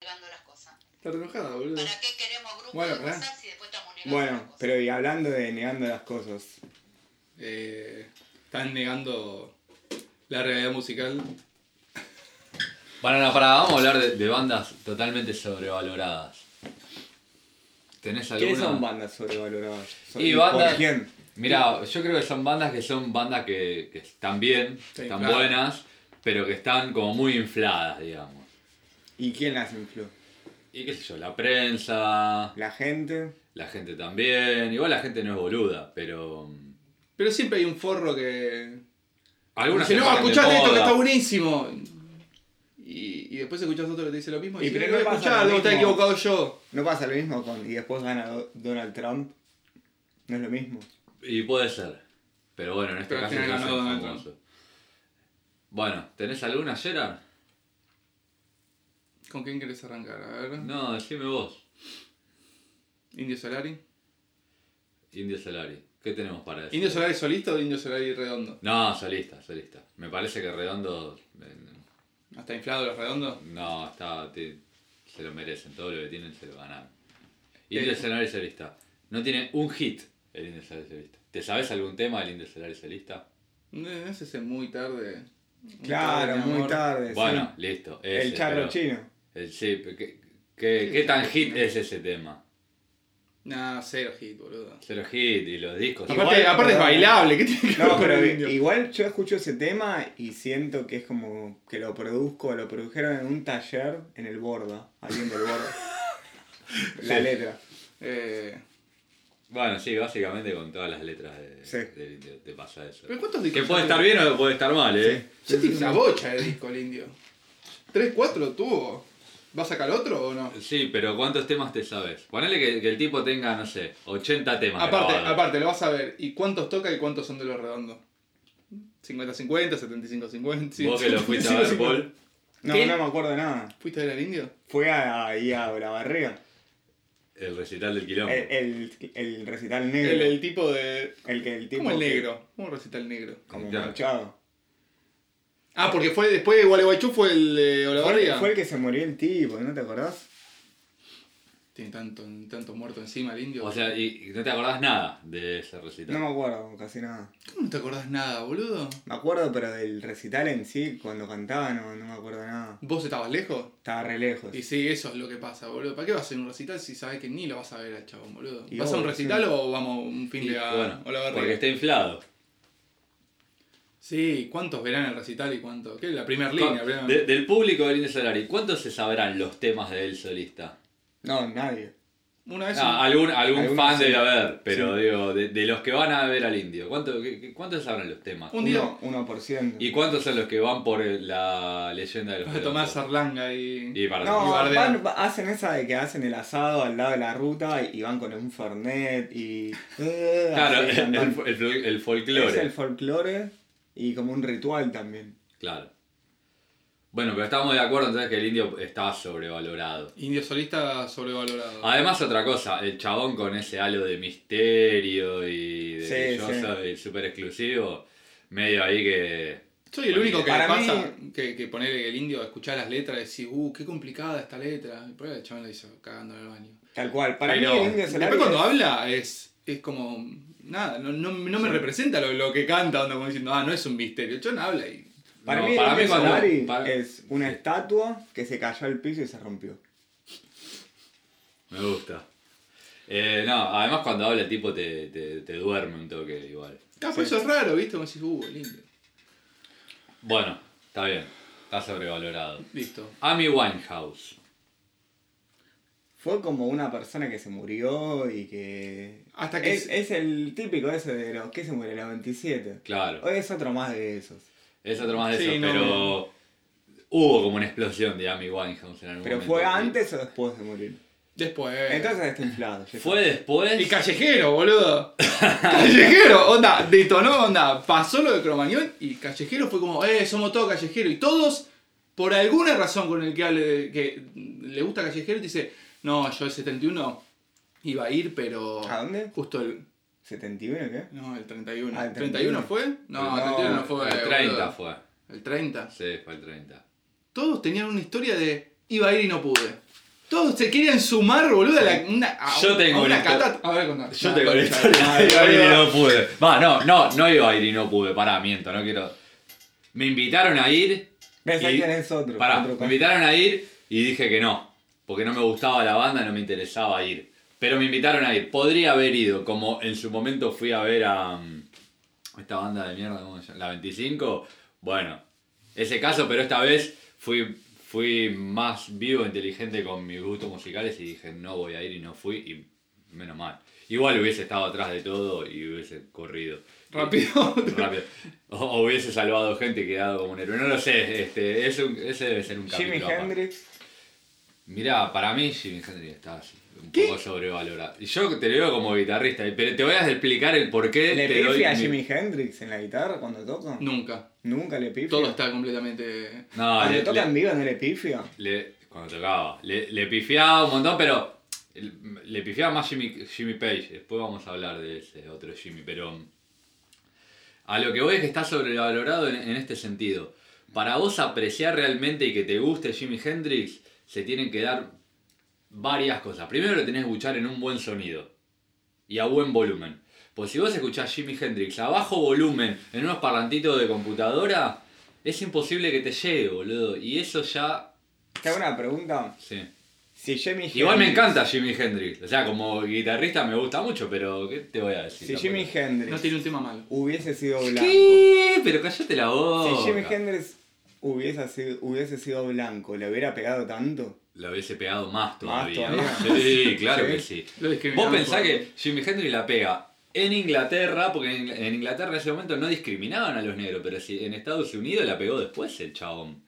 negando las cosas. Está enojada, boludo. ¿Para qué queremos grupos Bueno, de pará. cosas si después estamos negando las Bueno, cosas? pero y hablando de negando las cosas. Eh, están negando la realidad musical. Bueno, no, pará, vamos a hablar de, de bandas totalmente sobrevaloradas. ¿Tenés alguna? ¿Quiénes son bandas sobrevaloradas? Son- Y bandas- ¿Por quién? Mira, yo creo que son bandas que son bandas que, que están bien, Sí, están claro. buenas, pero que están como muy infladas, digamos. ¿Y quién las infló? Y qué sé yo, la prensa, ¿La gente? la gente también. Igual la gente no es boluda, pero. mm, Pero siempre hay un forro que. Algunas dice, se no, ponen de escuchate esto que moda". está buenísimo. Y, y después escuchás otro que te dice lo mismo. Y Y, pero pero no no pasa escuchás, lo debo estar mismo. equivocado yo. ¿No pasa lo mismo con y después gana Do- Donald Trump? No es lo mismo. Y puede ser. Pero bueno, en este Pero al caso final ya ganó son Donald famosos. Bueno, ¿tenés alguna, Gerard? ¿Con quién querés arrancar? A ver. No, decime vos. Indio Solari. Indio Solari. ¿Qué tenemos para decir? ¿Indio Solari solista o Indio Solari redondo? No, solista, solista. Me parece que Redondo. eh, ¿Hasta inflado los redondos? No, está, te- se lo merecen, todo lo que tienen se lo ganan. Indio Eh. Solari solista. No tiene un hit el Indio Solari solista. ¿Te sabes algún tema del Indio Solari solista? No, no es ese muy tarde. Muy Claro, tarde, mi muy amor. tarde. Bueno, sí. listo. El ese, charro pero- chino. El sí, pero ¿qué, qué, qué tan hit es ese tema? Nah, cero hit, boludo. Cero hit y los discos. Aparte, aparte es no. bailable, ¿qué tiene que ver No, con pero el indio? igual yo escucho ese tema y siento que es como que lo produzco, lo produjeron en un taller en el Borda, alguien del Borda. La letra. Eh, Bueno, sí, básicamente con todas las letras de, Sí. del Indio te pasa eso. ¿Pero cuántos Que discos? puede ya estar tiene? bien o puede estar mal, ¿eh? Ya tiene una bocha de disco el indio. ¿Tres, cuatro tuvo? ¿Va a sacar otro o no? Sí, pero ¿cuántos temas te sabes? Ponele que, que el tipo tenga, no sé, 80 temas. Aparte, grabados. aparte, lo vas a ver. ¿Y cuántos toca y cuántos son de los redondos? 50-50, 75-50. sí, Vos que lo fuiste a ver, 75-50. Paul. No, ¿Qué? no me acuerdo nada. ¿Fuiste a ver al indio? Fue a- ahí a la barriga. El recital del quilombo. Eh, El, el, el recital negro. El, El, el tipo de. que el tipo. ¿Cómo el que- negro? ¿Cómo recita el negro? Como Claro. manchado. Ah, porque fue después de Gualeguaychú fue el de Fue, Olavarría. fue el que se murió el tipo, ¿no te acordás? Tiene tanto, tanto muerto encima el indio. O sea, y, y no te acordás nada de ese recital. No me acuerdo casi nada. ¿Cómo no te acordás nada, boludo? Me acuerdo, pero del recital en sí, cuando cantaba, no, no me acuerdo nada. ¿Vos estabas lejos? Estaba re lejos. Y sí, eso es lo que pasa, boludo. ¿Para qué vas a un recital si sabes que ni lo vas a ver al chabón, boludo? Y ¿Vas a un obvio, recital sí. o vamos un fin Y, de a bueno, Olavarría? porque este está inflado. Sí, ¿cuántos verán el recital y cuántos? ¿Qué? La primera línea, Con- primera- de- del público del Indio Solari, ¿cuántos se sabrán los temas de él solista? No, nadie. Una vez. Ah, algún, algún Algunos fan sí. debe haber, pero digo, de, de los que van a ver al Indio, ¿cuánto- qué- qué- ¿cuántos sabrán los temas? Un día- Uno, 1%. ¿Y cuántos son los que van por la leyenda de los para Tomás redondos? Arlanga y. Y para No, Y Tomás. bardean. van- va- hacen esa de que hacen el asado al lado de la ruta y van con un fernet y... Claro, Así, el, andan. el fol- el es folclore. el folclore y como un ritual también. Claro. Bueno, pero estamos de acuerdo entonces que el indio está sobrevalorado. Indio solista sobrevalorado. Además, otra cosa, el chabón con ese halo de misterio y de que Sí, yo sí. soy súper exclusivo, medio ahí que. Soy el único que Para le pasa mí- que, que poner el indio a escuchar las letras y decir, uh, qué complicada esta letra. Y por ahí el chabón la hizo cagando en el baño. Tal cual. Para Pero- mí el indio Solari Después cuando es- habla es, es como. Nada, no, no, no me representa lo, lo que canta, onda como diciendo, ah, no es un misterio. El chabón habla y. Para No, mí, para el mí indio cuando- Solari para- es una estatua que se cayó al piso y se rompió. Me gusta. Eh, no, además cuando habla el tipo te, te, te duerme un toque igual. Ah, pues eso es raro, ¿viste? Como decís, uh, el indio. Bueno, está bien, está sobrevalorado. Listo. Amy Winehouse. Fue como una persona que se murió y que... Hasta que Es, se- es el típico ese de los que se murió, los 27. Claro. Hoy es otro más de esos. Es otro más de Sí, esos, no, pero no. hubo como una explosión de Amy Winehouse en algún Pero momento. fue Y- antes o después de morir. Después. Entonces está inflado. ya Fue después. Y callejero, boludo. callejero, onda, detonó, onda. Pasó lo de Cromañón y callejero fue como, eh, somos todos callejero. Y todos, por alguna razón con el que hable, de- que le gusta callejero, te dice, no, yo el 71 iba a ir, pero. ¿A dónde? Justo el. ¿71 qué? No, el 31. Ah, ¿El el 31 fue? No, No, el 31 no fue. El 30 boludo. fue. El 30. Sí, fue el 30. Todos tenían una historia de iba a ir y no pude. Todos se quieren sumar, boludo, a la, una, a Yo un- tengo a una una cata- A ver, contá. Ah, Yo No, tengo la no, historia no, de no, Bailey no. no pude. Va, no, no, no iba a ir y no pude. Pará, miento, no quiero. Me invitaron a ir. ¿Ves? y- Ahí tenés otro. Pará, otro me invitaron a ir y dije que no. Porque no me gustaba la banda, no me interesaba ir. Pero me invitaron a ir. Podría haber ido, como en su momento fui a ver a. mm, Esta banda de mierda, ¿cómo se llama? La 25. Bueno, ese caso, pero esta vez fui, fui más vivo, e inteligente con mis gustos musicales y dije no voy a ir y no fui y menos mal. Igual hubiese estado atrás de todo y hubiese corrido. Rápido. Rápido. O, o hubiese salvado gente y quedado como un héroe. No lo sé, este, es un- ese debe ser un Jimi capítulo aparte. Hendrix. Mirá, para mí Jimi Hendrix está así, un poco sobrevalorado. Y yo te lo digo como guitarrista, eh, pero te voy a explicar el por qué ¿Le te Este doy pifia a mi- Jimi Hendrix en la guitarra cuando toca? Nunca. Nunca le pifia. Todo está completamente. No, Cuando Ah, le- toca le- en vivo no Ah, le pifia. le, cuando tocaba, le, le pifiaba un montón, pero le pifiaba más Jimmy, Jimmy Page. Después vamos a hablar de ese otro Jimmy, pero a lo que voy es que está sobrevalorado en, en este sentido. Para vos apreciar realmente y que te guste Jimi Hendrix, se tienen que dar varias cosas. Primero lo tenés que escuchar en un buen sonido y a buen volumen. Pues si vos escuchás Jimi Hendrix a bajo volumen en unos parlantitos de computadora, es imposible que te llegue, boludo. Y eso ya Te hago una pregunta. Sí. Si Jimi Hendrix. Igual me encanta Jimi Hendrix. O sea, como guitarrista me gusta mucho, pero ¿qué te voy a decir? Si Tampoco. Jimi No Hendrix tiene un tema malo. hubiese sido blanco. ¿Qué? Pero cállate la Si boca. Jimi Hendrix hubiese sido, hubiese sido blanco, ¿le hubiera pegado tanto? Lo hubiese pegado más todavía. todavía. Sí, claro Sí. que sí. Lo Vos discriminamos pensás por- que Jimi Hendrix la pega en Inglaterra, porque en, en Inglaterra en ese momento no discriminaban a los negros, pero si en Estados Unidos la pegó después el chabón.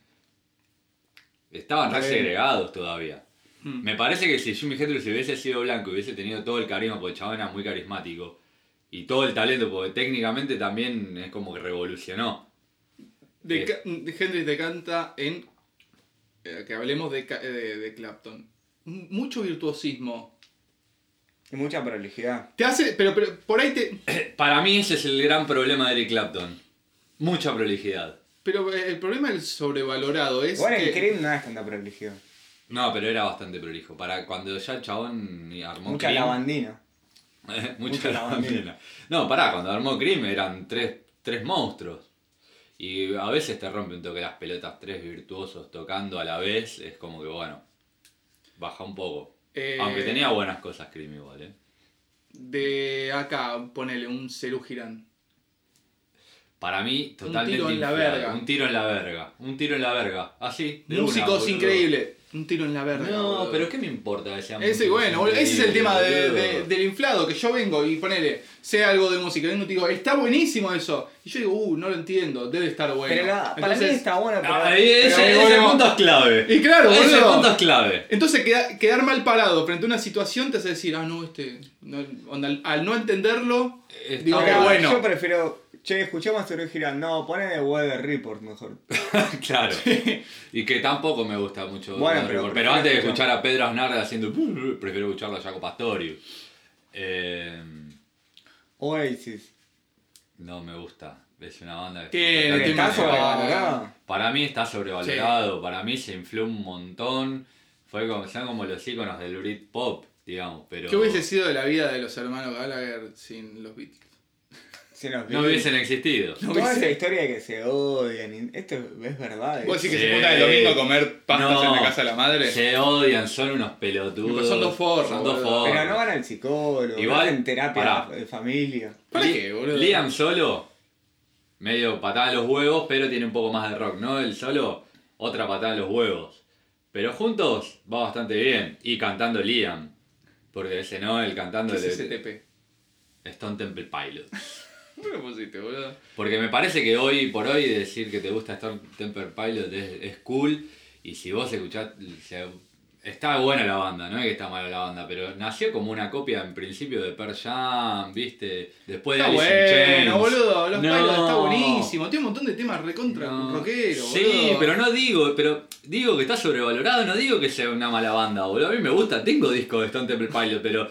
Estaban re Sí. segregados todavía. Mm. Me parece que si Jimi Hendrix hubiese sido blanco y hubiese tenido todo el carisma, porque el chabón era muy carismático, y todo el talento, porque técnicamente también es como que revolucionó. De Eh. ca- de Hendrix decanta en. eh, que hablemos de, ca- eh, de, de Clapton. M- Mucho virtuosismo. Y mucha prolijidad. Te hace. Pero, pero por ahí te. Para mí ese es el gran problema de Eric Clapton. Mucha prolijidad. Pero eh, el problema del sobrevalorado es. Igual en que- Cream no es tanta prolijidad. No, pero era bastante prolijo. Para cuando ya el chabón armó Mucha Cream- lavandina. Eh, Mucha Mucha lavandina. lavandina. No, pará, cuando armó Cream eran tres, tres monstruos. Y a veces te rompe un toque las pelotas, tres virtuosos tocando a la vez. Es como que, bueno, baja un poco. Eh, Aunque tenía buenas cosas Cream igual, ¿eh? De acá, ponele un Cerú Girán. Para mí, totalmente. tiro en la inflado. verga. Un tiro en la verga. Un tiro en la verga. Así. de una, Músicos boludo. increíbles. Un tiro en la verga. No, boludo. pero ¿qué me importa que sean Ese, músicos bueno, boludo, ese es el increíbles, tema de- boludo? de- del inflado, que yo vengo y ponele, sé algo de música, vengo y te digo, está buenísimo eso. Y yo digo, uh, no lo entiendo, debe estar bueno. Pero la- para mí Entonces- está bueno, pero. Ah, ahí ese, pero ese volvemos- punto es clave. Y claro, Ese boludo. punto es clave. Entonces queda- quedar mal parado frente a una situación te hace decir, ah, no, este, no, onda, al, al no entenderlo, Está digo, Ahora, qué bueno. Yo prefiero. Che, escuchemos a Girán. No, pone de Weather Report mejor. claro. Y que tampoco me gusta mucho. Bueno, Rodrigo, pero- pero, antes de escuchar a Pedro Aznar haciendo. Prefiero escucharlo a Jaco Pastorius. Eh, Oasis. no me gusta. Es una banda que. Tiene En El el tema caso de- de Valorado. Para mí está sobrevalorado. Para mí se infló un montón. Fue como, son como los íconos del Britpop, digamos. Pero ¿qué hubiese sido de la vida de los hermanos Gallagher sin los Beatles? Si nos no vivís. hubiesen existido. no Toda hubiese- esa historia de que se odian. y- Esto es verdad. ¿Vos eh. decís que Sí. se juntan el domingo a comer pastas en la No. casa de la madre? Se odian, son unos pelotudos. Pero son dos forros, Son dos boludo. forros. Pero no van al psicólogo. Igual, Igual en terapia pará. de familia. ¿Para Li- qué, boludo? Liam solo, medio patada en los huevos, pero tiene un poco más de rock, ¿no? El solo, otra patada en los huevos. Pero juntos va bastante bien. Y cantando Liam. Porque ese no, el cantando ¿Qué es ese de TP? Stone Temple Pilots. ¿Cómo lo pusiste, boludo? Porque me parece que hoy por hoy decir que te gusta Stone Temple Pilots es, es cool. Y si vos escuchás. se- está buena la banda, no es que está mala la banda, pero nació como una copia en principio de Pearl Jam, ¿viste? Después de Está Alice in bueno, Chains. boludo. Los No. Pilots está buenísimo. Tiene un montón de temas recontra No. rockero, Sí, boludo. pero no digo, pero digo que está sobrevalorado, no digo que sea una mala banda, boludo. A mí me gusta, tengo disco de Stone Temple Pilot, pero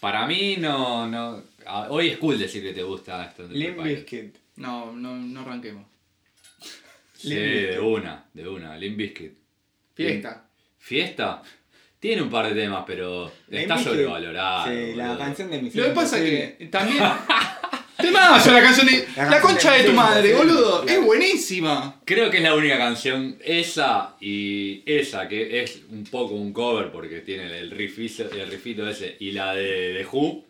para mí no, no. a- Hoy es cool decir que te gusta Stone Temple Limp Pilot. Bizkit. No, no, no arranquemos. Sí, Limp Bizkit. de una, de una, Limp Bizkit. Fiesta. ¿Fiesta? Tiene un par de temas, pero La está Invisible- sobrevalorado. Sí, la boludo. canción de mis Lo que pasa es que también. Temazo la canción de. La La, canción concha de- de tu sí, madre, sí, boludo. la- Es buenísima. Creo que es la única canción, esa y esa, que es un poco un cover porque tiene el riffito, el riffito ese, y la de The Who,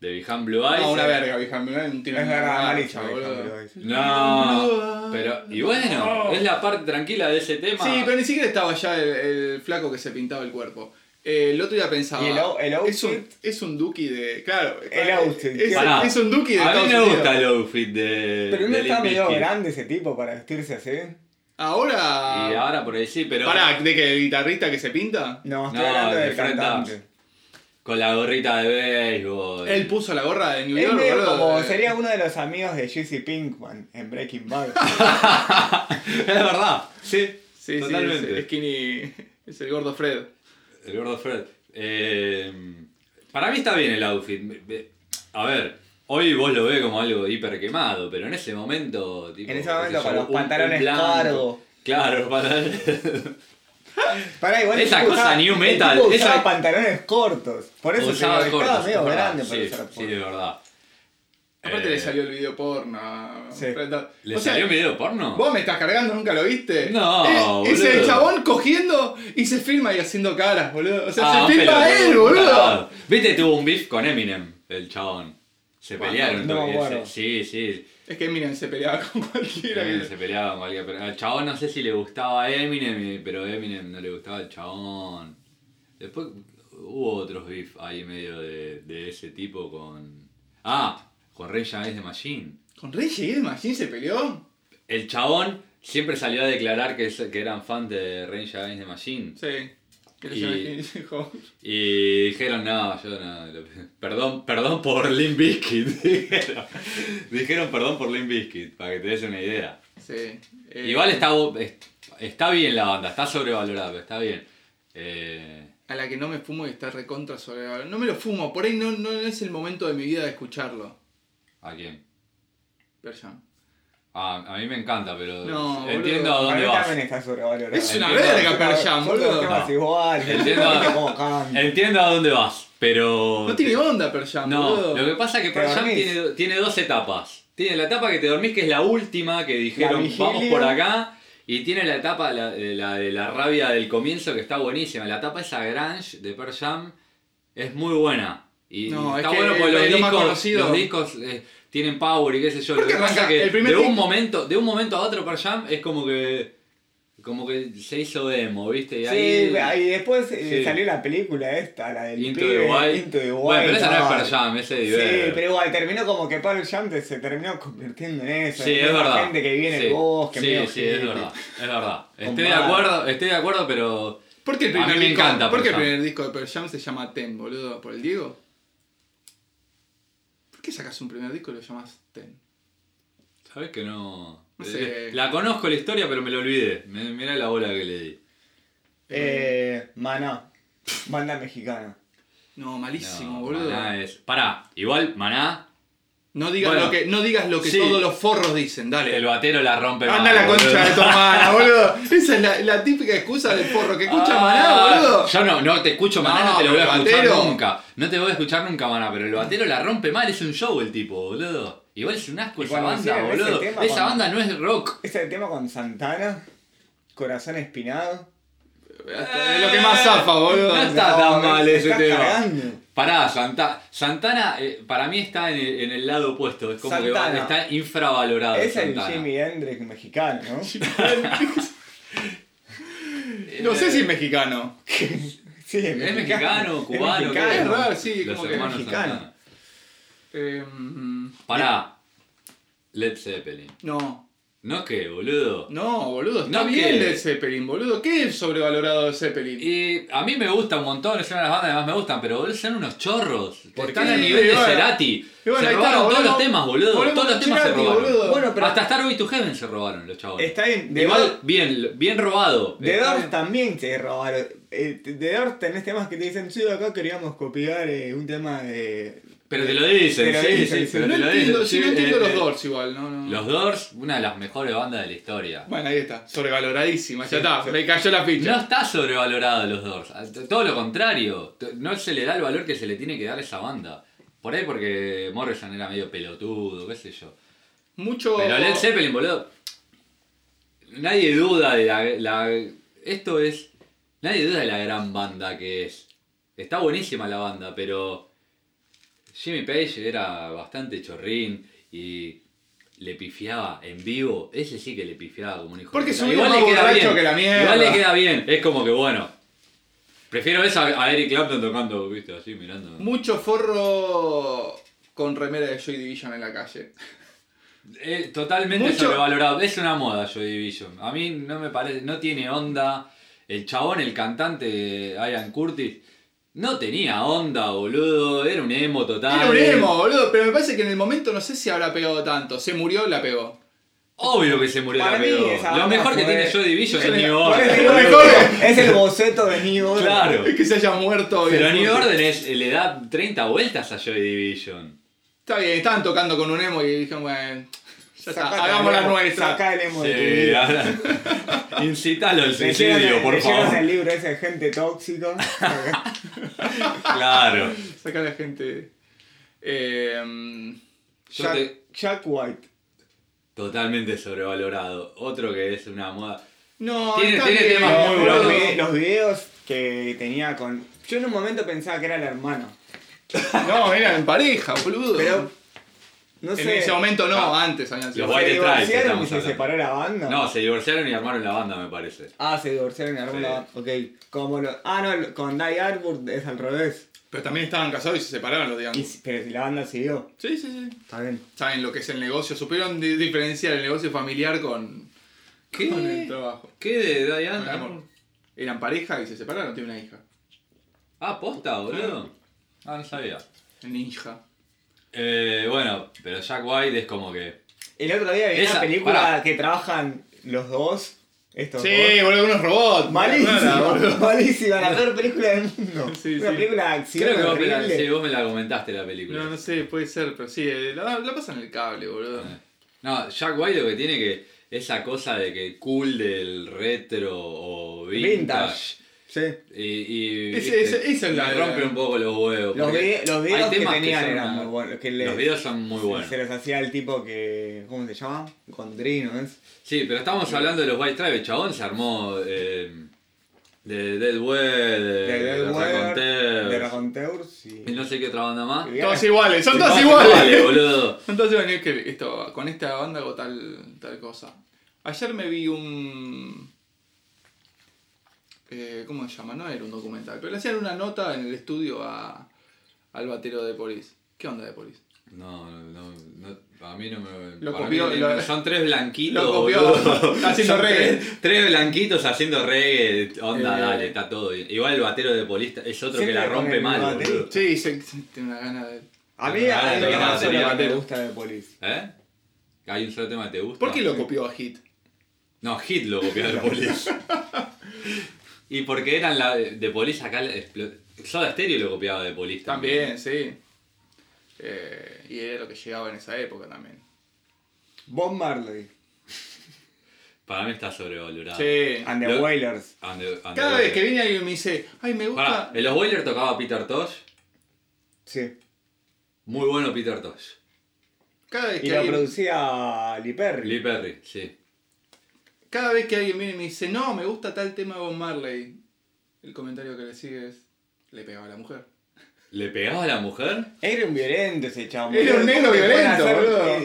de Behind Blue Eyes. No, Ah, una verga, vieja. me da un tiro Es en la verdad, garganta, malísima. Ah, boludo. No, pero, y bueno, es la parte tranquila de ese tema. Sí, pero ni siquiera estaba ya el, el flaco que se pintaba el cuerpo. Eh, el otro día pensaba. ¿Y el o- el es un, outfit? es un duki de. Claro. eh, El outfit. Es, Pará. es un duki de. A mí Estados me Unidos. gusta el outfit de. Pero no de está Limp medio Bizkit. grande ese tipo para vestirse así. Ahora. Y ahora por ahí sí, pero Pará, ¿de que el guitarrista que se pinta? No, estoy No, hablando de del Fred cantante. Durst. con la gorrita de béisbol. Él puso la gorra de New Es York, medio boludo. como Eh, sería uno de los amigos de Jesse Pinkman en Breaking Bad. es verdad. Sí, Sí, totalmente. sí, es Skinny. Es el gordo Fred. El gordo Fred. Eh, para mí está bien el outfit. Me- me- A ver, hoy vos lo ves como algo hiper quemado, pero en ese momento. tipo, En ese qué momento sé con yo, los un- un pantalones blanco. largos. Claro, pantalones. Pará, igual el Esa tipo cosa usaba- new el metal, tipo usaba esa- pantalones cortos. Por eso se Usaba lo estaba cortos, medio es verdad, grande para sí, usar Sí, de verdad. Aparte Eh, le salió el video porno. a Sí. Fred Durst. ¿Le O sea, salió un video porno? Vos me estás cargando, nunca lo viste. No, Eh, Es el boludo. chabón cogiendo y se filma y haciendo caras, boludo. O sea, Ah, se un filma pelotudo, él, un boludo. tarado. Viste, tuvo un beef con Eminem, el chabón. Se Bueno, pelearon. no, porque se- bueno. Sí, sí. Es que Eminem se peleaba con cualquiera. Eminem que- Eh, se peleaba con cualquier pero Al chabón no sé si le gustaba a Eminem, eh, pero Eminem no le gustaba al chabón. Después hubo otros beef ahí medio de, de ese tipo con. Ah, con Rey James de Machine. ¿Con Rey J. Machine se peleó? El chabón siempre salió a declarar que, es- que eran fan de Rey James de Machine. Sí. Que le Y- llame- dijo, Y dijeron, no, yo no. lo- Perdón, perdón por Limp Bizkit. Dijeron, dijeron perdón por Limp Bizkit, para que te des una idea. Sí. eh, Igual está, está bien la banda, está sobrevalorada, pero está bien. Eh, A la que no me fumo y está recontra sobre. No me lo fumo, por ahí no, no es el momento de mi vida de escucharlo. ¿A quién? Pearl Jam. Ah, a mí me encanta, pero No, entiendo boludo. a Para dónde mí vas. también está sobrevalorado. Es una entiendo. verga Pearl Jam, Son todos boludo. temas iguales. Entiendo. eh, Viste cómo canta. Entiendo a dónde vas, pero... No tiene onda Pearl Jam, No, boludo. lo que pasa es que Te Pearl Jam dormís. tiene, do- tiene dos etapas. Tiene la etapa que te dormís, que es la última, que dijeron vigilia. vamos por acá. Y tiene la etapa la, de la, de la rabia del comienzo, que está buenísima. La etapa esa Grange de Pearl Jam es muy buena. Y No, está es que bueno porque es los lo más discos, conocido. los discos eh, tienen power y qué sé yo. Creo Lo que que pasa arranca que el primer de un, disco. momento, de un momento a otro Pearl Jam es como que... Como que se hizo demo, ¿viste? Y ahí- Sí, y después eh, Sí. salió la película esta, la del Into pibe, the Wild. Into the Bueno, pero Wild, esa no es chaval. Pearl Jam, ese es Sí, Diver. pero igual terminó como que Pearl Jam te- se terminó convirtiendo en eso. Sí, en es esa verdad. gente que vive en el Sí. bosque, Sí, medio sí, es hippie. verdad. Es verdad. Con Estoy de barba. acuerdo, estoy de acuerdo, pero. ¿Por qué el A mí primer, me disco, encanta ¿por qué el Pearl Jam. primer disco de Pearl Jam se llama Ten, boludo? ¿Por el Diego? ¿Por qué sacas un primer disco y lo llamas Ten? ¿Sabes que no? Eh, No sé. La conozco la historia, pero me la olvidé. Me- Mirá la bola que le di. Eh, Maná, banda mexicana. No, malísimo, No, boludo. Maná es. Pará, igual Maná, No, digas Bueno. lo que, no digas lo que Sí. todos los forros dicen, dale. el batero la rompe. Anda la concha de tu hermana, boludo. Esa es la, la típica excusa del forro que Ah, escucha Maná, boludo. Yo no, no te escucho Maná, no, No, te lo voy a pero el escuchar batero. nunca. No te voy a escuchar nunca Maná, pero el batero la rompe mal, es un show el tipo, boludo. Igual es un asco Y esa cuando banda, hicieron ese boludo. tema, esa cuando- banda no es rock. Ese tema con Santana, Corazón Espinado. Es lo que más zafa, boludo. No está tan me- mal me ese está tema. cagando. Pará, Santa, Santana eh, para mí está en el, en el lado opuesto, es como que Santana. va- está infravalorado. Es el Ah, Santana. Jimi Hendrix mexicano, ¿no? No sé si es mexicano. Sí, Es mexicano, Es cubano, mexicano. ¿qué? Es raro, sí, Los como que hermanos mexicano. Santana. Eh, mm, Pará, Led Zeppelin. no. No que, boludo. No, boludo, está No bien quiere. de Zeppelin, boludo. ¿Qué es sobrevalorado de Zeppelin? Y a mí me gusta un montón, es una de las bandas que más me gustan, pero boludo, son unos chorros. ¿Por Están qué? al nivel Y de bueno, Cerati. y bueno, se ahí está, robaron todos los volvemos- temas, boludo. volvemos Todos los a temas se Cerati, robaron. boludo. Bueno, pero- Hasta Star Way to Heaven se robaron los chavales. Está bien, de Igual, bien, bien robado. De Está Doors bien. también se robaron. eh, de Dirt tenés temas que te dicen, sí, acá queríamos copiar eh, un tema de... Eh, Pero te lo dicen, Pero sí, dicen, sí, sí. pero no te lo entiendo, dicen. si no Sí, entiendo eh, los eh, Doors igual, no, no. Los Doors, una de las mejores bandas de la historia. Bueno, ahí está, sobrevaloradísima, ya está, sí. me cayó la ficha. No está sobrevalorado los Doors, todo lo contrario, t- no se le da el valor que se le tiene que dar a esa banda. Por ahí porque Morrison era medio pelotudo, qué sé yo. Mucho. Pero Led Zeppelin, boludo. Nadie duda de la, la- Esto es. Nadie duda de la gran banda que es. Está buenísima la banda, pero. Jimmy Page era bastante chorrín y le pifiaba en vivo. Ese sí que le pifiaba como un hijo Porque de puta. subía más borracho que la mierda. Igual le queda bien. Es como que bueno. Prefiero eso a a Eric Clapton tocando, viste, así mirando. Mucho forro con remera de Joy Division en la calle. Eh, totalmente Mucho- sobrevalorado. Es una moda Joy Division. A mí no me parece, no tiene onda. El chabón, el cantante Ian Curtis, no tenía onda, boludo. Era un emo total. Era un emo, boludo, pero me parece que en el momento no sé si habrá pegado tanto. Se murió, la pegó. Obvio que se murió Para la mí pedo. esa Lo banda mejor que fue- tiene Joy Division es Era- New Por Order. eso digo, es el boceto de New Order. Claro. Es que se haya muerto hoy. Pero New Order es- le da 30 vueltas a Joy Division. Está bien, estaban tocando con un emo y dijeron, bueno, ya está, Sacá hagamos la el emo, nuestra. Sacá el emo de tu Sí, vida. ahora- Incitalo al Leyeron suicidio, el- por leyeron favor. el libro ese de gente tóxica. Claro. Saca a la gente. Eh, Yo Jack, te- Jack White. Totalmente sobrevalorado. Otro que es una moda. no, Tiene- está tiene bien. temas Los, muy buenos. los bueno. vide- los videos que tenía con... Yo en un momento pensaba que era el hermano. No, eran en pareja, boludo. Pero... No en sé. ese momento no, Ah. antes habían sido. Los White se Stripes divorciaron y estamos se hablando. separó la banda. No, se divorciaron y armaron la banda, me parece. Ah, se divorciaron y armó Sí. la banda. Ok. Como lo... Ah, no, lo- con Die Arbor es al revés. Pero también estaban casados y se separaron los digamos. Y si- pero si la banda siguió. Sí, sí, sí. Está bien. Saben lo que es el negocio, supieron di- diferenciar el negocio familiar con, ¿Qué? con el trabajo. ¿Qué de Ah, Con el Diane? amor. Eran pareja y se separaron, tiene una hija. Ah, posta, boludo. Ah, no sabía. Ninja. Eh, bueno, pero Jack White es como que. El otro día vi Esa- una película pará. que trabajan los dos. Estos Sí, boludo, unos robots. dos. Malísima, boludo. malísima, la peor película del mundo. Sí, una sí. película de acción. Creo que vos me, la, horrible. sí, vos me la comentaste la película. No, no sé, puede ser, pero sí, eh, la, la pasan en el cable, boludo. No, Jack White lo que tiene que. Esa cosa de que cool del retro o vintage. Vintage. Sí. Y, y Ese- viste, ese- esa es la- me rompe un poco los huevos. Los, porque vide- los hay videos que temas tenían son eran una- muy buenos. que les- Los videos son muy buenos. Se les hacía el tipo que. ¿Cómo se llama? Condrino, ¿es? Sí, pero estábamos hablando de los White Stripes, chabón, se armó eh, de Dead Well, de, De Dead Eh, de Wire, Raconteurs, De Raconteurs y. y no sé qué otra banda más. y- Todos iguales, son todos Todas iguales. boludo. Entonces, bueno, es que esto, con esta banda hago tal, tal cosa. Ayer me vi un. eh, ¿Cómo se llama? No era un documental, pero le hacían una nota en el estudio a, al batero de Polis. ¿Qué onda de Polis? No, no, no, a mí no me... Lo para copió, mí, lo- son tres blanquitos, lo copió, boludo. está haciendo Son reggae. Tres, tres blanquitos haciendo reggae, onda, Eh. dale, está todo bien. Igual el batero de Polista es otro que Siempre la con rompe el mal, batero. boludo. Sí, se, se- tiene una gana de. A mí Ah, hay de una Raconteurs. sola que me gusta de Police. ¿Eh? ¿Hay un solo tema que te gusta? ¿Por qué lo copió a Hit? No, Hit lo copió de Police. y porque eran la de Police acá. la explo- Soda Stereo lo copiaba de Police También, sí. Eh, y era lo que llegaba en esa época también. Bob Marley. Para mí está sobrevalorado. Sí. And the Lo- Wailers. And the- and Cada the vez que Wailers. viene alguien me dice, ay, me gusta. Pará, eh, en los Boiler tocaba Peter Tosh. Sí. Muy bueno Peter Tosh. Cada Y vez que lo alguien producía Lee Lee Perry. Perry, sí. Cada vez que alguien viene y me dice, no, me gusta tal tema de Bob Marley, el comentario que le sigue es, le pegaba a la mujer. ¿Le pegaba a la mujer? Era un violento ese chavo. Era un negro violento, boludo.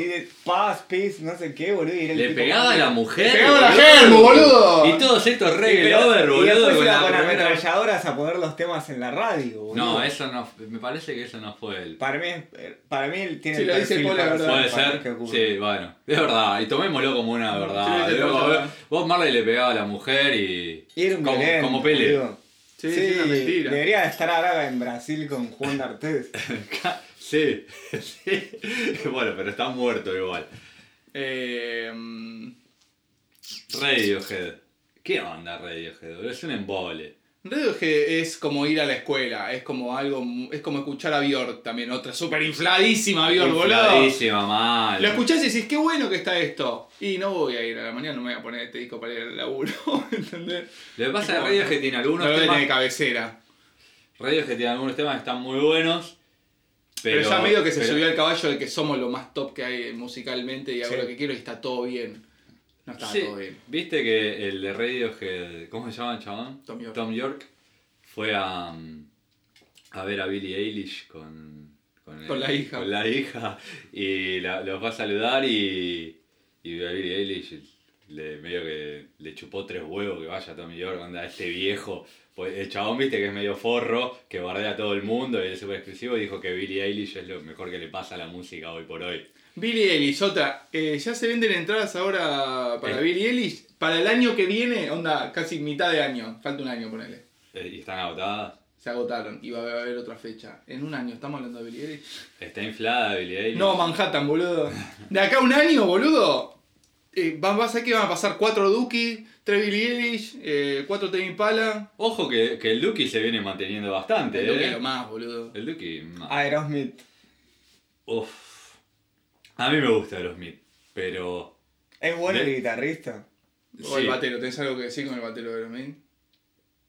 Paz, peace, no sé qué, boludo. y era el ¿Le tipo- pegaba a la mujer? ¡Le pegaba a la boludo? Germu, boludo! Y todos estos Y reggae pero- lover, Y boludo, después con iba la con remera- ametralladoras a poner los temas en la radio, boludo. No, eso no. Me parece que eso no fue el. Para mí, es- eh, para mí él tiene Sí, lo dice perfil Paul, la para- verdad. para Puede que ser. ocurra. Sí, bueno. Es verdad. Y tomémoslo como una verdad. Sí, sí, Luego, sí, sí. Bob Marley le pegaba a la mujer y. Era un como, violento, como Pele. boludo. Sí, sí, una mentira. Debería estar ahora en Brasil con Juan de Artes. sí, sí. Bueno, pero está muerto igual. Eh, mm, Radiohead. ¿Qué onda Radiohead? boludo? Es un embole. Radiohead es como ir a la escuela, es como algo, mu- es como escuchar a Björk también, otra super infladísima Björk, boludo. Infladísima, mal. Lo escuchás y decís, qué bueno que está esto. Y no voy a ir a la mañana, no me voy a poner este disco para ir al laburo, ¿entendés? Lo que pasa es que Radiohead tiene algunos Lo temas. tiene de cabecera. Radiohead tiene algunos temas que están muy buenos. Pero, Pero, ya medio que se pero- subió al caballo de que somos lo más top que hay musicalmente y hago Sí. lo que quiero y está todo bien. No está Sí, todo bien. Viste que el de Radiohead, ¿cómo se llama el chabón? Tom York. fue a, mm, a ver a Billie Eilish con, Con la hija. con la hija, y la- los va a saludar y, y a Billie Eilish le, medio que le chupó tres huevos que vaya Tom York, onda este viejo. Pues el chabón viste que es medio forro, que bardea a todo el mundo y es súper exclusivo y dijo que Billie Eilish es lo mejor que le pasa a la música hoy por hoy. Billie Eilish, otra. Eh, ya se venden entradas ahora para Eh. Billie Eilish. Para el año que viene, onda, casi mitad de año. Falta un año, ponele. Eh, Y están agotadas. Se agotaron y va a haber otra fecha. En un año, ¿estamos hablando de Billie Eilish? Está inflada Billie Eilish. No, Manhattan, boludo. De acá a un año, boludo. Eh, van, vas a que van a pasar cuatro Duki, tres Billie Eilish, eh, cuatro Tame Impala. Ojo que, que el Duki se viene manteniendo bastante, El ¿eh? Duki es lo más, boludo. El Duki, ma- Aerosmith. uf. A mí me gusta Aerosmith, pero... Es bueno De- el guitarrista. O el sí, batero, ¿tenés algo que decir con el batero de Aerosmith?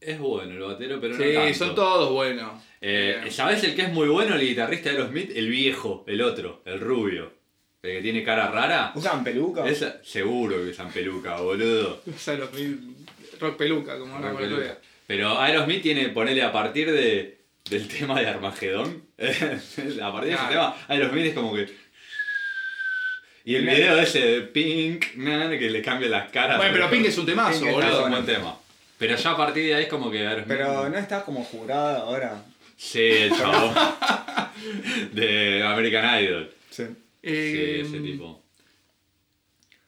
Es bueno el batero, pero no Sí, tanto. son todos buenos. Eh, Eh, ¿Sabés el que es muy bueno el guitarrista de Aerosmith? El viejo, el otro, el rubio. El que tiene cara rara. ¿Usan peluca? Esa- seguro que usan peluca, boludo. o sea, los mil- rock peluca, como ahora con el Peluca. Pero Aerosmith tiene, ponele a partir de, del tema de Armagedón. a partir de ese Claro. tema, Aerosmith es como que. Y el Claro. video ese de Pink, man, que le cambia las caras. Bueno, pero Pink es un temazo, Pink es Boludo, es boludo. un buen tema. Pero ya a partir de ahí es como que Aerosmith. Pero no está como jurada ahora. Sí, el chabón. de American Idol. Sí. Sí, Eh, ese tipo.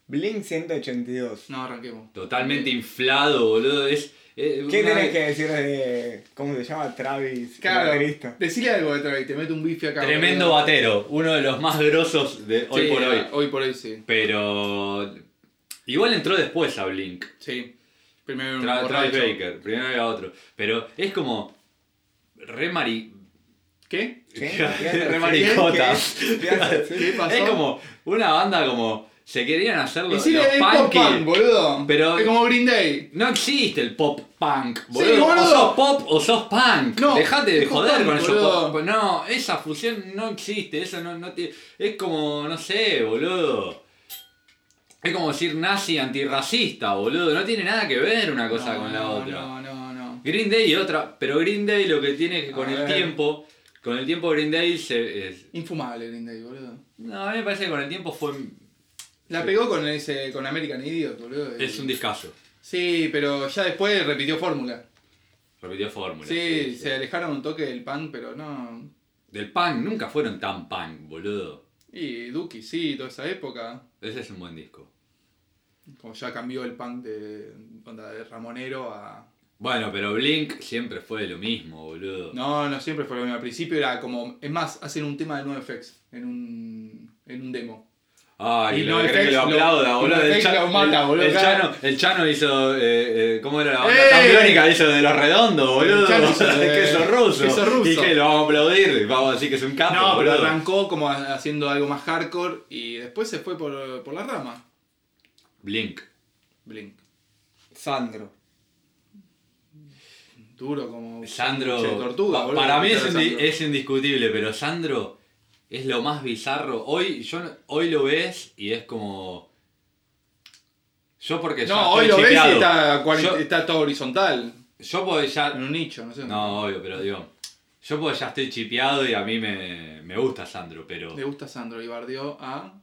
Blink 182. No, arranquemos. Totalmente inflado, boludo. Es, es ¿Qué una- tenés que decir de. ¿Cómo se llama? Travis, Claro, baterista. decile algo de Travis, te mete un bife acá. Tremendo boludo. batero. Uno de los más grosos de hoy Sí, por hoy. Hoy por hoy sí. Pero. Igual entró después a Blink. Sí. Primero un Tra- Travis borracho. Baker, primero había otro. Pero es como. Re mari. ¿Qué? ¿Sí? re maricota. ¿Qué? ¿Qué? ¿Qué pasó? Es como una banda como. Se querían hacer los, Decile los el pop punky. punk, boludo. Pero- Es como Green Day. No existe el pop punk, boludo. boludo. O sos pop o sos punk. No, Dejate de es pop joder punk, con eso. boludo. pop- No, esa fusión no existe. Eso no, no tiene- Es como, no sé, boludo. Es como decir nazi antirracista, boludo. No tiene nada que ver una cosa No, con la no, otra. No, no, no. Green Day y otra. Pero Green Day lo que tiene es que con A el ver. tiempo. Con el tiempo Green Day se. es- Infumable Green Day, boludo. no, a mí me parece que con el tiempo fue. La pegó con ese con American Idiot, boludo. Es un discazo. Sí, pero ya después repitió fórmula. Repitió fórmula. Sí, sí. se alejaron un toque del punk, pero no. Del punk, nunca fueron tan punk, boludo. Y Duki, sí, toda esa época. Ese es un buen disco. Como ya cambió el punk de, onda, de Ramonero a... Bueno, pero Blink siempre fue lo mismo, boludo. No, no siempre fue lo mismo. Al principio era como... Es más, hacen un tema de NoFX en un, en un demo. Ay, Y lo no que cree que lo Effects lo- aplauda, y boludo. no El, Effects Cha- lo mata, el- boludo, el claro. Chano, el Chano hizo. eh, eh, ¿Cómo era la banda? ¡Eh! Tan Biónica hizo de los redondos, boludo. El Chano hizo de- queso ruso. queso ruso. Y que lo vamos a aplaudir. Vamos a decir que es un capo, No, pero Ah, boludo. arrancó como ha- haciendo algo más hardcore y después se fue por, por la rama. Blink. Blink. Sandro. Duro como... Sandro. Che, tortuga, pa- boludo, para mí es, escuchar a indi- Sandro. es indiscutible, pero Sandro es lo más bizarro. Hoy, yo, no- hoy lo ves y es como. Yo porque ya No, hoy lo estoy ves y chipeado. está, cuarenta- Yo- está todo horizontal. Yo porque ya. En un nicho, no sé. No, obvio, pero digo. Yo porque ya estoy chipeado y a mí me, me gusta Sandro, pero. Le gusta Sandro y bardeó a...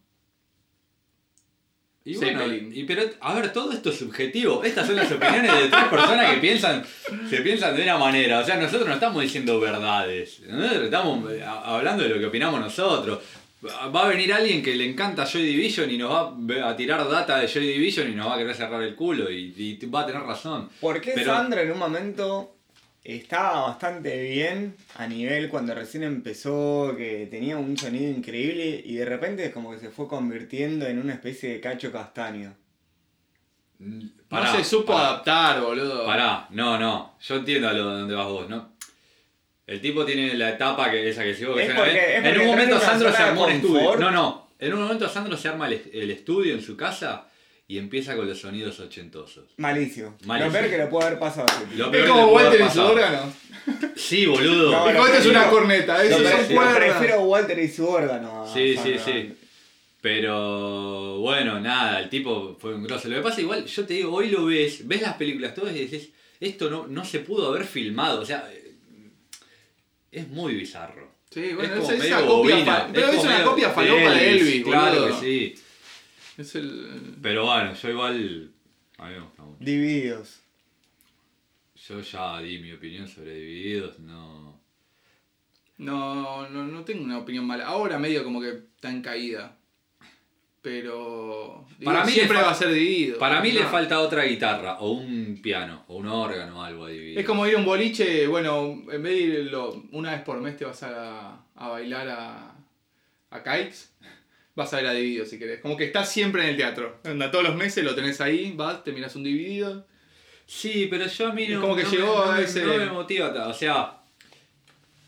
Y bueno, Zeppelin. y pero, a ver, todo esto es subjetivo. Estas son las opiniones de tres personas que piensan, se piensan de una manera. O sea, nosotros no estamos diciendo verdades. Nosotros estamos eh, a- hablando de lo que opinamos nosotros. Va a venir alguien que le encanta Joy Division y nos va a ve- a tirar data de Joy Division y nos va a querer cerrar el culo y, y va a tener razón. ¿Por qué Pero- Sandro en un momento estaba bastante bien a nivel cuando recién empezó, que tenía un sonido increíble y de repente como que se fue convirtiendo en una especie de cacho castaño? Pará, no se supo pará, adaptar, boludo. Pará, no, no. Yo entiendo a lo donde vas vos, ¿no? El tipo tiene la etapa que esa que se que Es se- porque- es En porque un entra en momento una Sandro se zona de armó un estudio. confort. No, no. En un momento Sandro se arma el, el estudio en su casa y empieza con los sonidos ochentosos. Malísimo. Malísimo. Lo peor que le puede haber pasado a ese tipo. Lo es peor que como le pudo haber Walter y su pasado. órgano. Sí, boludo. No, Y lo Walter es una prefiero- corneta, eso Lo sí, es sí, un sí, prefiero, cuerno. prefiero a Walter y su órgano. a Sí, sí, Sandra. sí. Pero bueno, nada, el tipo fue un grosso. Lo que pasa, igual, yo te digo, hoy lo ves, ves las películas todas y decís, esto no, no se pudo haber filmado. O sea, eh, es muy bizarro. Sí, bueno, como esa- esa medio copia bobina, fa- pero es como una medio copia falopa de Elvis, Claro boludo. que sí. Es el. Pero bueno, yo igual. A mí me gusta mucho. Divididos. Yo ya di mi opinión sobre Divididos, no. No, no, no tengo una opinión mala. Ahora medio como que está en caída. Pero. digo, Para mí siempre le fa- va a ser dividido. Para mí le No. falta otra guitarra, o un piano, o un órgano o algo a Divididos. Es como ir a un boliche, bueno, en vez de irlo una vez por mes te vas a, a bailar a, a kites, vas a ver a Dividido si querés. Como que estás siempre en el teatro. Onda, todos los meses lo tenés ahí, vas, te miras un Dividido. Sí, pero yo a mí no. Es como que no llegó me, no a me- ese- No me motiva, ta- o sea.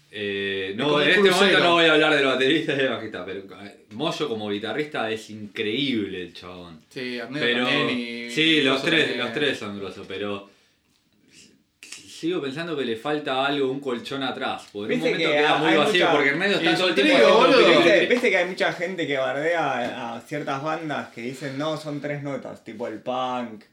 eh, Es como no, un en este crucero. momento no voy a hablar del baterista y del bajista, pero eh, Moyo como guitarrista es increíble el chabón. Sí, Arnedo Pero. también y- Sí, los Grosso tres, también. los tres son grosos, pero. s- Sigo pensando que le falta algo, un colchón atrás. Porque en un Viste momento que queda hay muy vacío mucha- porque Ernesto está el todo el tiempo. soltero, haciendo boludo. tri- tri- ¿Viste, tri- viste que hay mucha gente que bardea a, a ciertas bandas que dicen no, son tres notas, tipo el punk,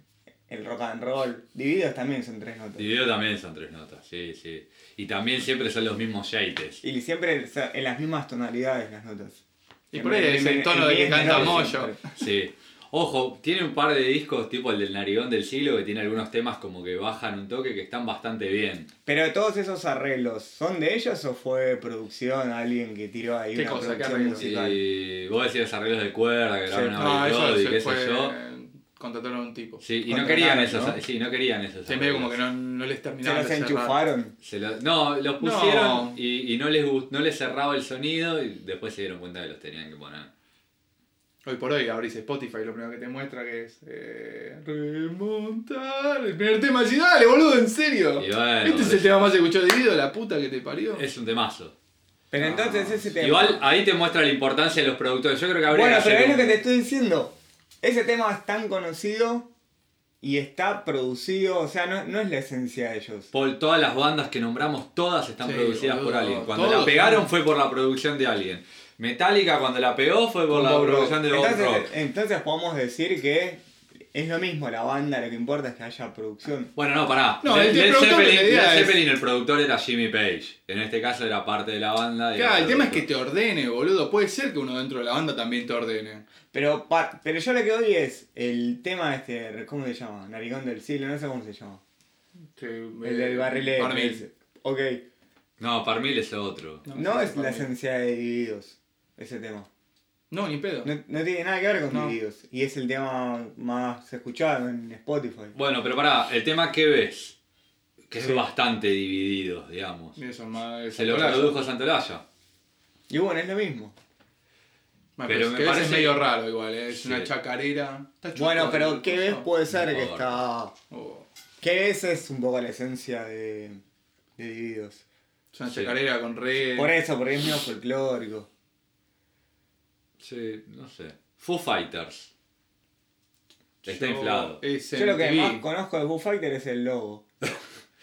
el rock and roll. Divididos también son tres notas. Dividido también son tres notas, sí, sí. Y también siempre son los mismos yates. Y siempre o sea, en las mismas tonalidades las notas. Y por ahí es el tono de que canta Moyo. Sí. Ojo, tiene un par de discos tipo el del Narigón del siglo que tiene algunos temas como que bajan un toque que están bastante bien. Pero todos esos arreglos, ¿son de ellos o fue producción alguien que tiró ahí ¿Qué una cosa? ¿Qué producción arreglos? musical? Y vos decías arreglos de cuerda que grabaron Sí. a No, Bill Ah, eso Brody, se qué fue- sé yo. Contrataron a un tipo. Sí, y no Contrataron, querían esos, ¿no? sí, no querían esos. Se medio como que arreglos. no, no les ¿Se terminaron los de cerrar. enchufaron? Se lo- no, los pusieron No. y, y no les gust- no les cerraba el sonido y después se dieron cuenta que los tenían que poner. Hoy por hoy abrís Spotify, lo primero que te muestra que es eh, remontar. El primer tema así, dale, boludo, en serio. Y bueno, este es el es- tema más escuchado de Guido, la puta que te parió. Es un temazo. Pero Ah. entonces ese tema... Igual ahí te muestra la importancia de los productores. Yo creo que habría Bueno, que pero hacer es lo un- que te estoy diciendo. Ese tema es tan conocido y está producido, o sea, no, no es la esencia de ellos. Por todas las bandas que nombramos, todas están Sí, producidas boludo, por alguien. Cuando todos la pegaron son- fue por la producción de alguien. Metallica cuando la pegó fue por Con la Bob Rock. eh, producción de Bob Rock. Entonces, entonces podemos decir que es lo mismo la banda, lo que importa es que haya producción. Bueno, no, pará. No, el- Led- el Led productor Zeppelin, que le diga Led es- Zeppelin, el productor era Jimmy Page. En este caso era parte de la banda. y Claro, era el tema es que productor. te ordene, boludo. Puede ser que uno dentro de la banda también te ordene. Pero, pa- pero yo lo que doy es el tema este, ¿cómo se llama? Narigón del siglo, no sé cómo se llama. Eh, El eh, del este, barrilete. Barmil. Ok. No, Parmil es otro. No, No sí, es la Barmil. esencia de Divididos, ese tema. No, ni pedo. No, no tiene nada que ver con No. Divididos. Y es el tema más escuchado en Spotify. Bueno, pero pará, el tema que ves, que es bastante dividido, digamos. Eso, más. Se lo produjo Santolaya. Y bueno, es lo mismo. Bueno, Pero pero me que ves parece- es medio raro igual, ¿eh? es Sí. una chacarera. Está chulo, Bueno, ¿no? pero ¿qué ves? Puede ser que Por está. Oh, ¿Qué ves? Es un poco la esencia de, de Divididos. es una Sí. chacarera con re. Por eso, porque es medio folclórico. Sí, no sé. Foo Fighters. Yo- Está eh, inflado. es Yo lo que MTV. más conozco de Foo Fighter es el logo.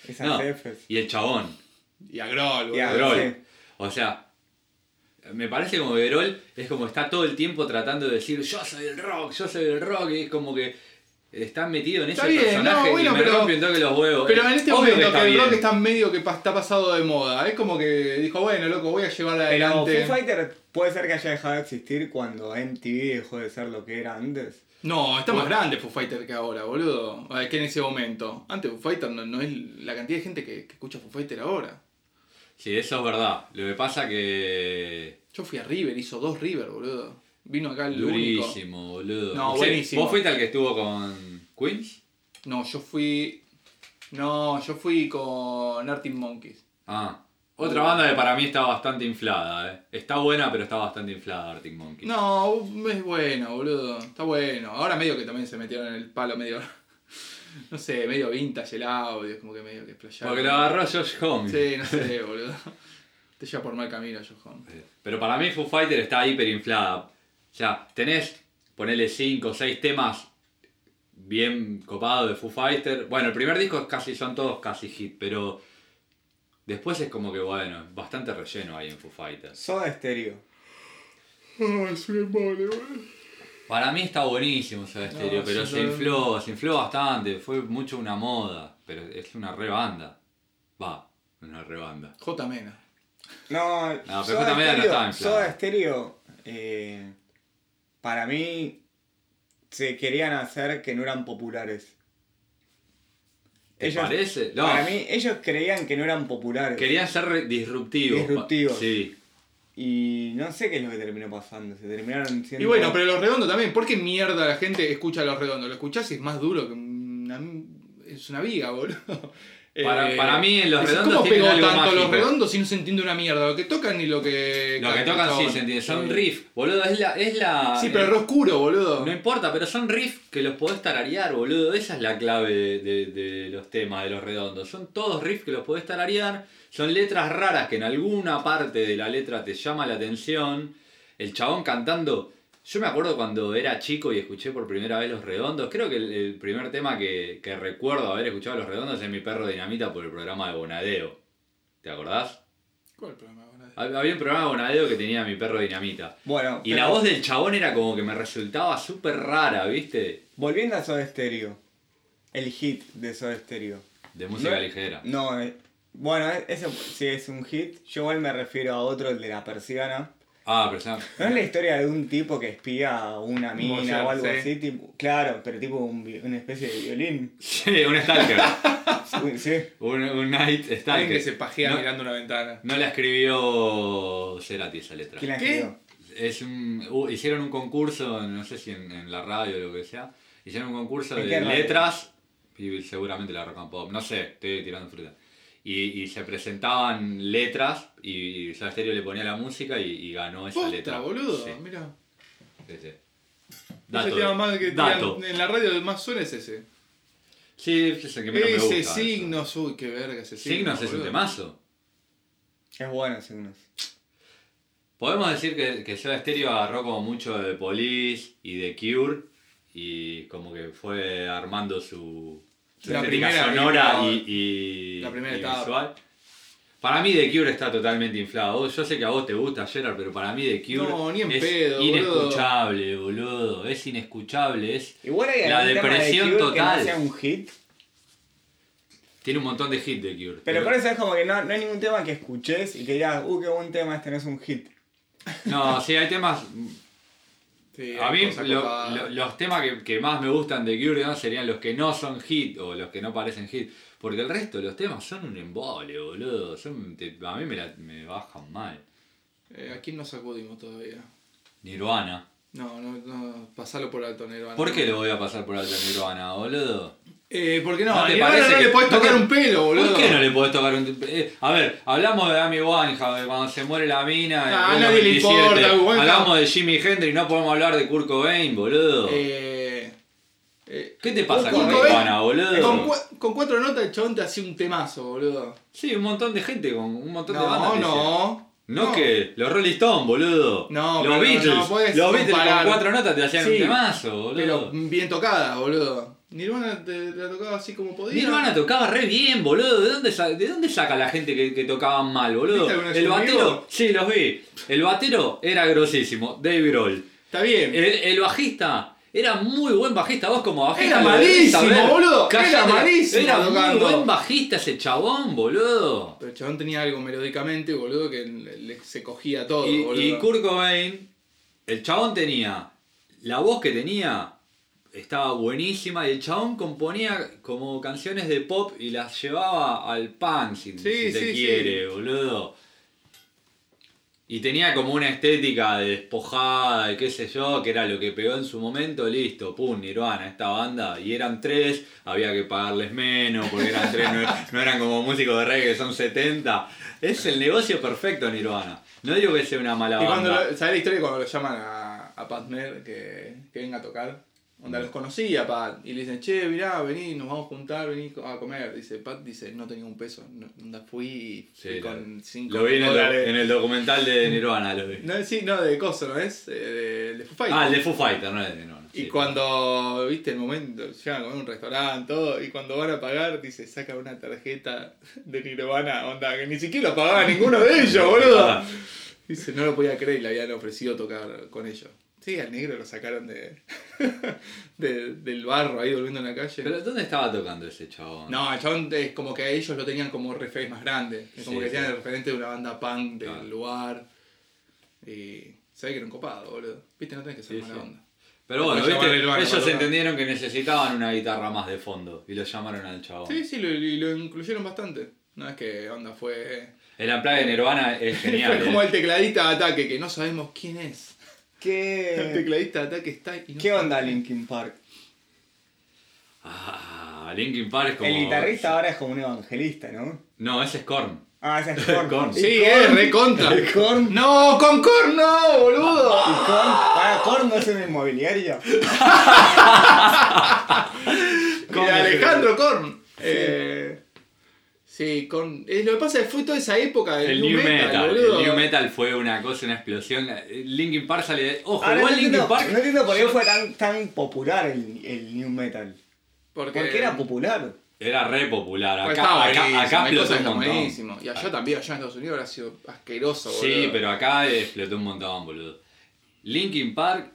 Esas No, Fs. y el chabón. Y a Grohl, Y a boludo. Grohl. sí. O sea, me parece como que Grohl es como está todo el tiempo tratando de decir yo soy el rock, yo soy el rock, y es como que está metido en ese Está bien, personaje no, bueno, y me pero- rompe un toque los huevos. Pero en este Obvio momento que, está el rock bien. está medio que pa- está pasado de moda. Es como que dijo, bueno, loco, voy a llevar Pero adelante. Foo Fighter puede ser que haya dejado de existir cuando MTV dejó de ser lo que era antes. No, está más grande Foo Fighter que ahora, boludo. A ver, que en ese momento. Antes Foo Fighter no, no es la cantidad de gente que, que escucha Foo Fighter ahora. Sí, eso es verdad. Lo que pasa que... Yo fui a River, hizo dos River, boludo. Vino acá el único. Durísimo, boludo. No, Sí, buenísimo. ¿Vos fuiste el que estuvo con Queens? No, yo fui. No, yo fui con Arctic Monkeys. Ah. Otra banda que para mí está bastante inflada, eh. Está buena, pero está bastante inflada Arctic Monkey. No, es bueno, boludo. Está bueno. Ahora medio que también se metieron en el palo medio. No sé, medio vintage el audio, es como que medio que playado. Porque lo agarró Josh Homme. Sí, no sé, boludo. Te lleva por mal camino, John. Pero para mí Foo Fighter está hiperinflada. O sea, tenés, ponele 5 o 6 temas bien copados de Foo Fighter. Bueno, el primer disco es casi son todos casi hit, pero después es como que bueno, bastante relleno ahí en Foo Fighters. Soda estéreo. es un embole, boludo. Para mí está buenísimo ese estéreo, pero sí, se lo- infló, se infló bastante, fue mucho una moda, pero es una rebanda. Va, una rebanda. J. Mena. No, pero Soda Feta Media no Stereo- estaba en plan. Soda Stereo, eh, para mí, se querían hacer que no eran populares. ¿Te Ellos- parece? No, Para mí, ellos creían que no eran populares. querían ser re- disruptivos. Disruptivos. Sí. Y no sé qué es lo que terminó pasando. Se terminaron siendo. Y bueno, pero los redondos también. ¿Por qué mierda la gente escucha a los redondos? Lo escuchás y es más duro que una, es una viga, boludo. Eh, Para- para mí en Los decís, Redondos ¿Cómo tienen pegó algo tanto los mágico? redondos si no se entiende una mierda? Lo que tocan ni lo que. Lo que tocan sí chabón. se entiende, son riff, boludo, es la, es la. Sí, pero eh, re oscuro, boludo. No importa, pero son riff que los podés tararear, boludo. Esa es la clave de, de- de los temas de los redondos. Son todos riff que los podés tararear. Son letras raras que en alguna parte de la letra te llama la atención. El chabón cantando. Yo me acuerdo cuando era chico y escuché por primera vez Los Redondos. Creo que el, el primer tema que, que recuerdo haber escuchado Los Redondos es Mi Perro Dinamita por el programa de Bonadeo. ¿Te acordás? ¿Cuál programa, boludo? Había un programa de Bonadeo que tenía Mi Perro Dinamita. Bueno, Y pero la voz del chabón era como que me resultaba súper rara, ¿viste? Volviendo a Soda Stereo. El hit de Soda Stereo. De música No- ligera. No, eh, bueno, e- ese sí es un hit. Yo igual me refiero a otro, el de la persiana. Ah, pero esa- ¿No es la historia de un tipo que espía a una mina Moyar, o algo sí. así? Tipo, claro, pero tipo un vi- una especie de violín. Sí, un stalker. Sí, sí. un, un night Alguien que stalker. se pajea no, mirando una ventana. no la escribió Cerati esa letra. ¿Quién la ¿Qué? escribió? Es un, hu- hicieron un concurso, no sé si en, en la radio o lo que sea. Hicieron un concurso ¿En de qué radio? letras. Y seguramente la rock and pop. No sé, estoy tirando fruta. Y, y se presentaban letras y, y Soda Stereo le ponía la música y, y ganó esa Posta, letra. boludo. Sí. Mira. Sí, sí. Ese tema más que eh, dato. tiran en la radio más suena es ese. Sí, es el que menos me Ese gusta, signos, uy, qué verga ese eso. Signos signos. es un boludo. temazo. Es bueno, según nos- Podemos decir que, que Soda Stereo agarró como mucho de Police y de Cure y como que fue armando su, su La estética primera- sonora la- y, y- la primera y etapa. visual. Para mí The Cure está totalmente inflado. Vos- Yo sé que a vos te gusta Gerard, pero para mí The Cure No, ni en es pedo, boludo. inescuchable, boludo. Es inescuchable, es Igual hay La algún tema de depresión Cure Que total. no sea un hit. tiene un montón de hit The Cure. Pero por eso es como que no, no hay ningún tema que escuches y que digas, uh, qué buen tema, este no es un hit. No, sí, hay temas Sí, A mí cosa lo- copada. lo- los temas que, que más me gustan de Cure ¿no? serían los que no son hit o los que no parecen hit. Porque el resto de los temas son un embole, boludo. Son- te- a mí me, la- me bajan mal. Eh, ¿A quién nos sacudimos todavía? Nirvana. No, no, no, pasalo por alto, Nirvana. ¿Por qué lo voy a pasar por alto a Nirvana, boludo? Eh, porque no, ¿No a te Nirvana parece no que- le podés no tocar te- un pelo, boludo. ¿Por qué no le podés tocar un.? eh, a ver, hablamos de Amy Winehouse, de cuando se muere la mina. en Ah, a 1997. nadie le importa, Winehouse. Hablamos de Jimi Hendrix, no podemos hablar de Kurt Cobain, boludo. Eh, eh, ¿Qué te pasa Kurt con Cobain- Nirvana, boludo? con, cua- con cuatro notas el chabón te hacía un temazo, boludo. Sí, un montón de gente, con un montón de bandas. No, te hicieron. no. No, que los Rolling Stones, boludo. No, los pero Beatles. no podés los Beatles comparar. con cuatro notas te hacían Sí, un temazo, boludo. Pero bien tocada, boludo. Nirvana te la tocaba así como podía. Nirvana tocaba re bien, boludo. ¿De dónde, sa- de dónde saca la gente que, que tocaban mal, boludo? ¿Viste alguna vez El un batero, video? sí, los vi. El batero era grosísimo, Dave Grohl. Está bien. El, el bajista era muy buen bajista, vos como bajista. Era lo debés malísimo, saber. boludo. Cállate, Era malísimo Era muy tocando. buen bajista ese chabón, boludo. Pero el chabón tenía algo melódicamente, boludo, que le- le- se cogía todo, Y, boludo. y Kurt Cobain, el chabón tenía, la voz que tenía estaba buenísima y el chabón componía como canciones de pop y las llevaba al punk si, si te sí, quiere, boludo. Y tenía como una estética de despojada y qué sé yo, que era lo que pegó en su momento, listo, pum, Nirvana, esta banda. Y eran tres, había que pagarles menos, porque eran tres, no, no eran como músicos de reggae, son 70. Es el negocio perfecto Nirvana. No digo que sea una mala Y cuando banda. lo- ¿Sabés la historia de cuando lo llaman a, a Pat Mer que, que venga a tocar? Onda, los conocía a Pat. Y le dicen, che, mirá, vení, nos vamos a juntar, vení co- a comer. Dice, Pat dice, no tenía un peso. No, onda, fui, y Sí, fui lo- con cinco Lo vi en el, dólares. en el documental de Nirvana, lo vi. No, sí, no, de coso, ¿no es? Eh, de, de Foo Fighters. Ah, el de Foo Fighter, no el de Nirvana. Y sí. cuando, viste, el momento, llegan a comer a un restaurante, todo, y cuando van a pagar, dice, saca una tarjeta de Nirvana, onda, que ni siquiera lo pagaba ninguno de ellos, boludo. Ah, Dice, no lo podía creer y le habían ofrecido tocar con ellos. Sí, al negro lo sacaron de, de- del barro ahí durmiendo en la calle. Pero ¿dónde estaba tocando ese chabón? no, el chabón es como que a ellos lo tenían como referente más grande. Es como Sí, que sí. tenían el referente de una banda punk del Claro. lugar. Y se ve que era un copado, boludo. Viste, no tenés que ser Sí, mala sí. onda. Pero bueno, Lo llamaron ¿viste? a Nirvana, ellos boludo. entendieron que necesitaban una guitarra más de fondo y lo llamaron al chabón. Sí, sí, lo, y lo incluyeron bastante. No es que onda fue. El amplague de Nirvana es genial. fue como ¿eh? el tecladista de ataque, que no sabemos quién es. El ¿Qué, tecladista de ataque está y no Eh, ¿Qué sabe onda quién es. Linkin Park? Ah, Linkin Park es como... El guitarrista ahora es como un evangelista, ¿no? No, ese es Korn. Ah, ese es Korn. Korn. Y Sí, Korn- es re contra. El Korn. No, con Korn no, boludo. Y Korn. Ah, Korn no es una inmobiliaria. Con Alejandro Korn. Eh, sí, con. eh, lo que pasa es que fue toda esa época del El New Metal, boludo. el New Metal fue una cosa, una explosión. Linkin Park sale de... Ojo, Ahora, no, igual Linkin entiendo, Park... no entiendo por qué fue tan, tan popular el, el New Metal. Porque, Porque era popular. Era re popular. Acá, Acá, acá, acá explotó un está montón. buenísimo. Y allá también, allá en Estados Unidos habrá sido asqueroso, boludo. Sí, pero acá explotó un montón, boludo. Linkin Park,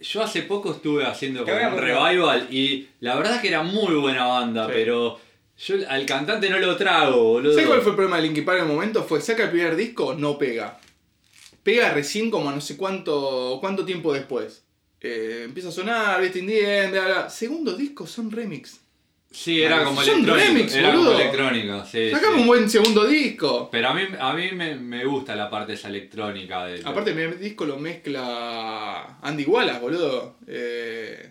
yo hace poco estuve haciendo Te como voy a un preguntar. revival y la verdad es que era muy buena banda, Sí. pero yo al cantante no lo trago, boludo. ¿Sabes cuál fue el problema de Linkin Park en el momento? Fue saca el primer disco, no pega. Pega recién como no sé cuánto, cuánto tiempo después. Eh, empieza a sonar, viste, Indien, bla, bla. Segundo disco son remix. Sí, era Son como electrónico. remix, era boludo. como electrónico, sí. Sacame sí. un buen segundo disco. Pero a mí, a mí me, me gusta la parte esa electrónica del. Aparte, el primer disco lo mezcla Andy Wallace, boludo. Eh,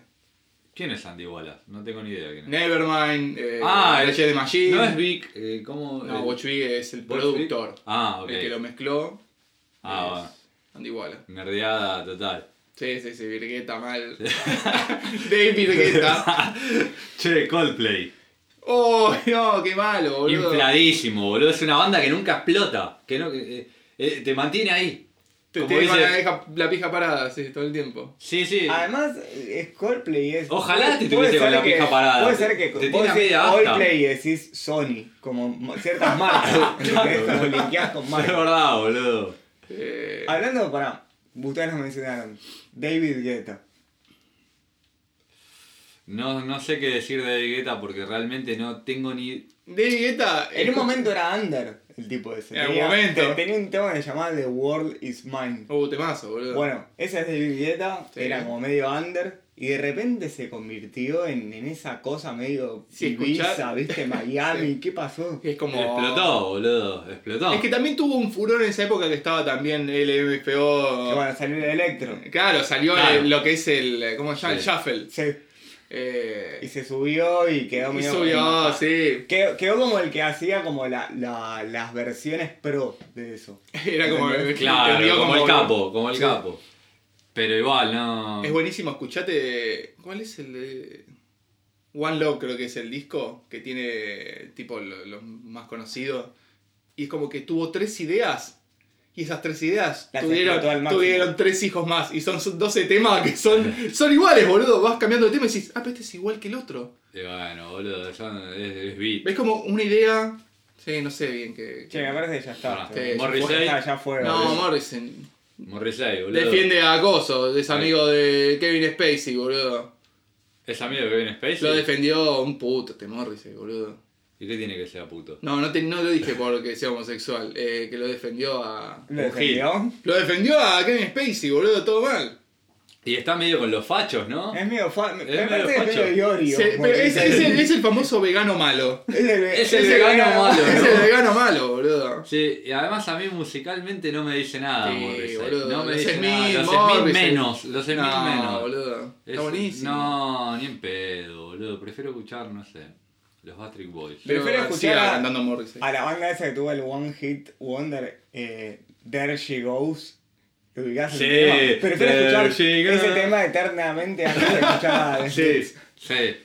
¿Quién es Andy Wallace? No tengo ni idea quién es. Nevermind, eh, Ah, Rage el- de Machine. No es Vic, eh, ¿cómo? No, eh, Butch Vig es el Butch productor. Vig? Ah, ok. El que lo mezcló Ah, es bueno. Andy Wallace. Nerdeada total. Sí, sí, sí, Virgueta mal. Dave Virgueta. Che, Coldplay. Oh, no, qué malo, boludo. Infladísimo, boludo. Es una banda que nunca explota. Que no, que, eh, eh, te mantiene ahí. Te, Como te dejan dice- la, Ah, deja- la pija parada, sí, todo el tiempo. Sí, sí. Además, es Coldplay es. Ojalá te puede tuviese ser con la que- pija parada. Puede ser que Te vos tiene a decís media asta. Coldplay y decís Sony, como mo- ciertas marcas. ¿entendés? como linkeás con es marcas. verdad, boludo. Eh, Hablando, pará, ustedes nos mencionaron. David Guetta. No, no sé qué decir de Vegeta porque realmente no tengo ni. Dave Virgueta. En un momento era under el tipo ese. En un momento. te- Tenía un tema que se llamaba The World Is Mine. Uh, temazo, boludo. Bueno, esa es David Guetta, Sí. era como medio under. Y de repente se convirtió en, en esa cosa medio Si Ibiza, escuchás- viste, Miami, ¿qué pasó? Es como. Explotó, boludo. Explotó. Es que también tuvo un furor en esa época que estaba también Que LMFO. bueno, salió el electro. Claro, salió Claro. el- lo que es el. ¿Cómo se llama? Sí. El shuffle. Se- Eh, y se subió y quedó y medio. subió, sí. Quedó, quedó como el que hacía como la, la- las versiones pro de eso. Era como. Claro, entendió como, el como- capo, como el Sí. capo. Pero igual, no. Es buenísimo, escuchate. ¿Cuál es el de.? One Love creo que es el disco que tiene tipo lo- los más conocidos. Y es como que tuvo tres ideas. Y esas tres ideas Las tuvieron, explotó al máximo. tuvieron tres hijos más. Y son son 12 temas que son, son iguales, boludo. Vas cambiando de tema y decís, ah, pero este es igual que el otro. Y bueno, boludo, son- es, es beat. ¿Ves como una idea? Sí, no sé bien qué. Che, me parece que ya está. Ah, Ya- sí, ya Morrissey. está, ya fue. no, Morrissey. Morrison. Morrissey, boludo. Defiende a Gozo, es amigo de Kevin Spacey, boludo. Es amigo de Kevin Spacey. Lo defendió un puto, este Morrissey, boludo. ¿Y qué tiene que ser puto? No, no, te- no lo dije porque sea homosexual, eh, que lo defendió a... Lo Un hit. defendió. Lo defendió a Kevin Spacey, boludo, todo mal. Y está medio con los fachos, ¿no? Es medio fa... Me, Es me medio parece que es facho. medio Iorio. Se- pero es, Morrissey. es el, es el famoso vegano malo. Es el, es el vegano malo. Es el vegano malo, boludo. Sí, y además a mí musicalmente no me dice nada, Sí, Morrissey. boludo, Ah, No me los dice Smith, nada. Los Smith Morrissey. menos, los Smith no, menos. boludo. Es- Está buenísimo. No, ni en pedo, boludo. Prefiero escuchar, no sé, los Backstreet Boys. Pero Prefiero escuchar escuchar a- cantando Morrissey. A la banda esa que tuvo el One Hit Wonder, eh, There She Goes, ¿Lo ubicás? Sí, Pero Prefiero te escuchar llega. ese tema eternamente antes de escuchar. este Sí, sí.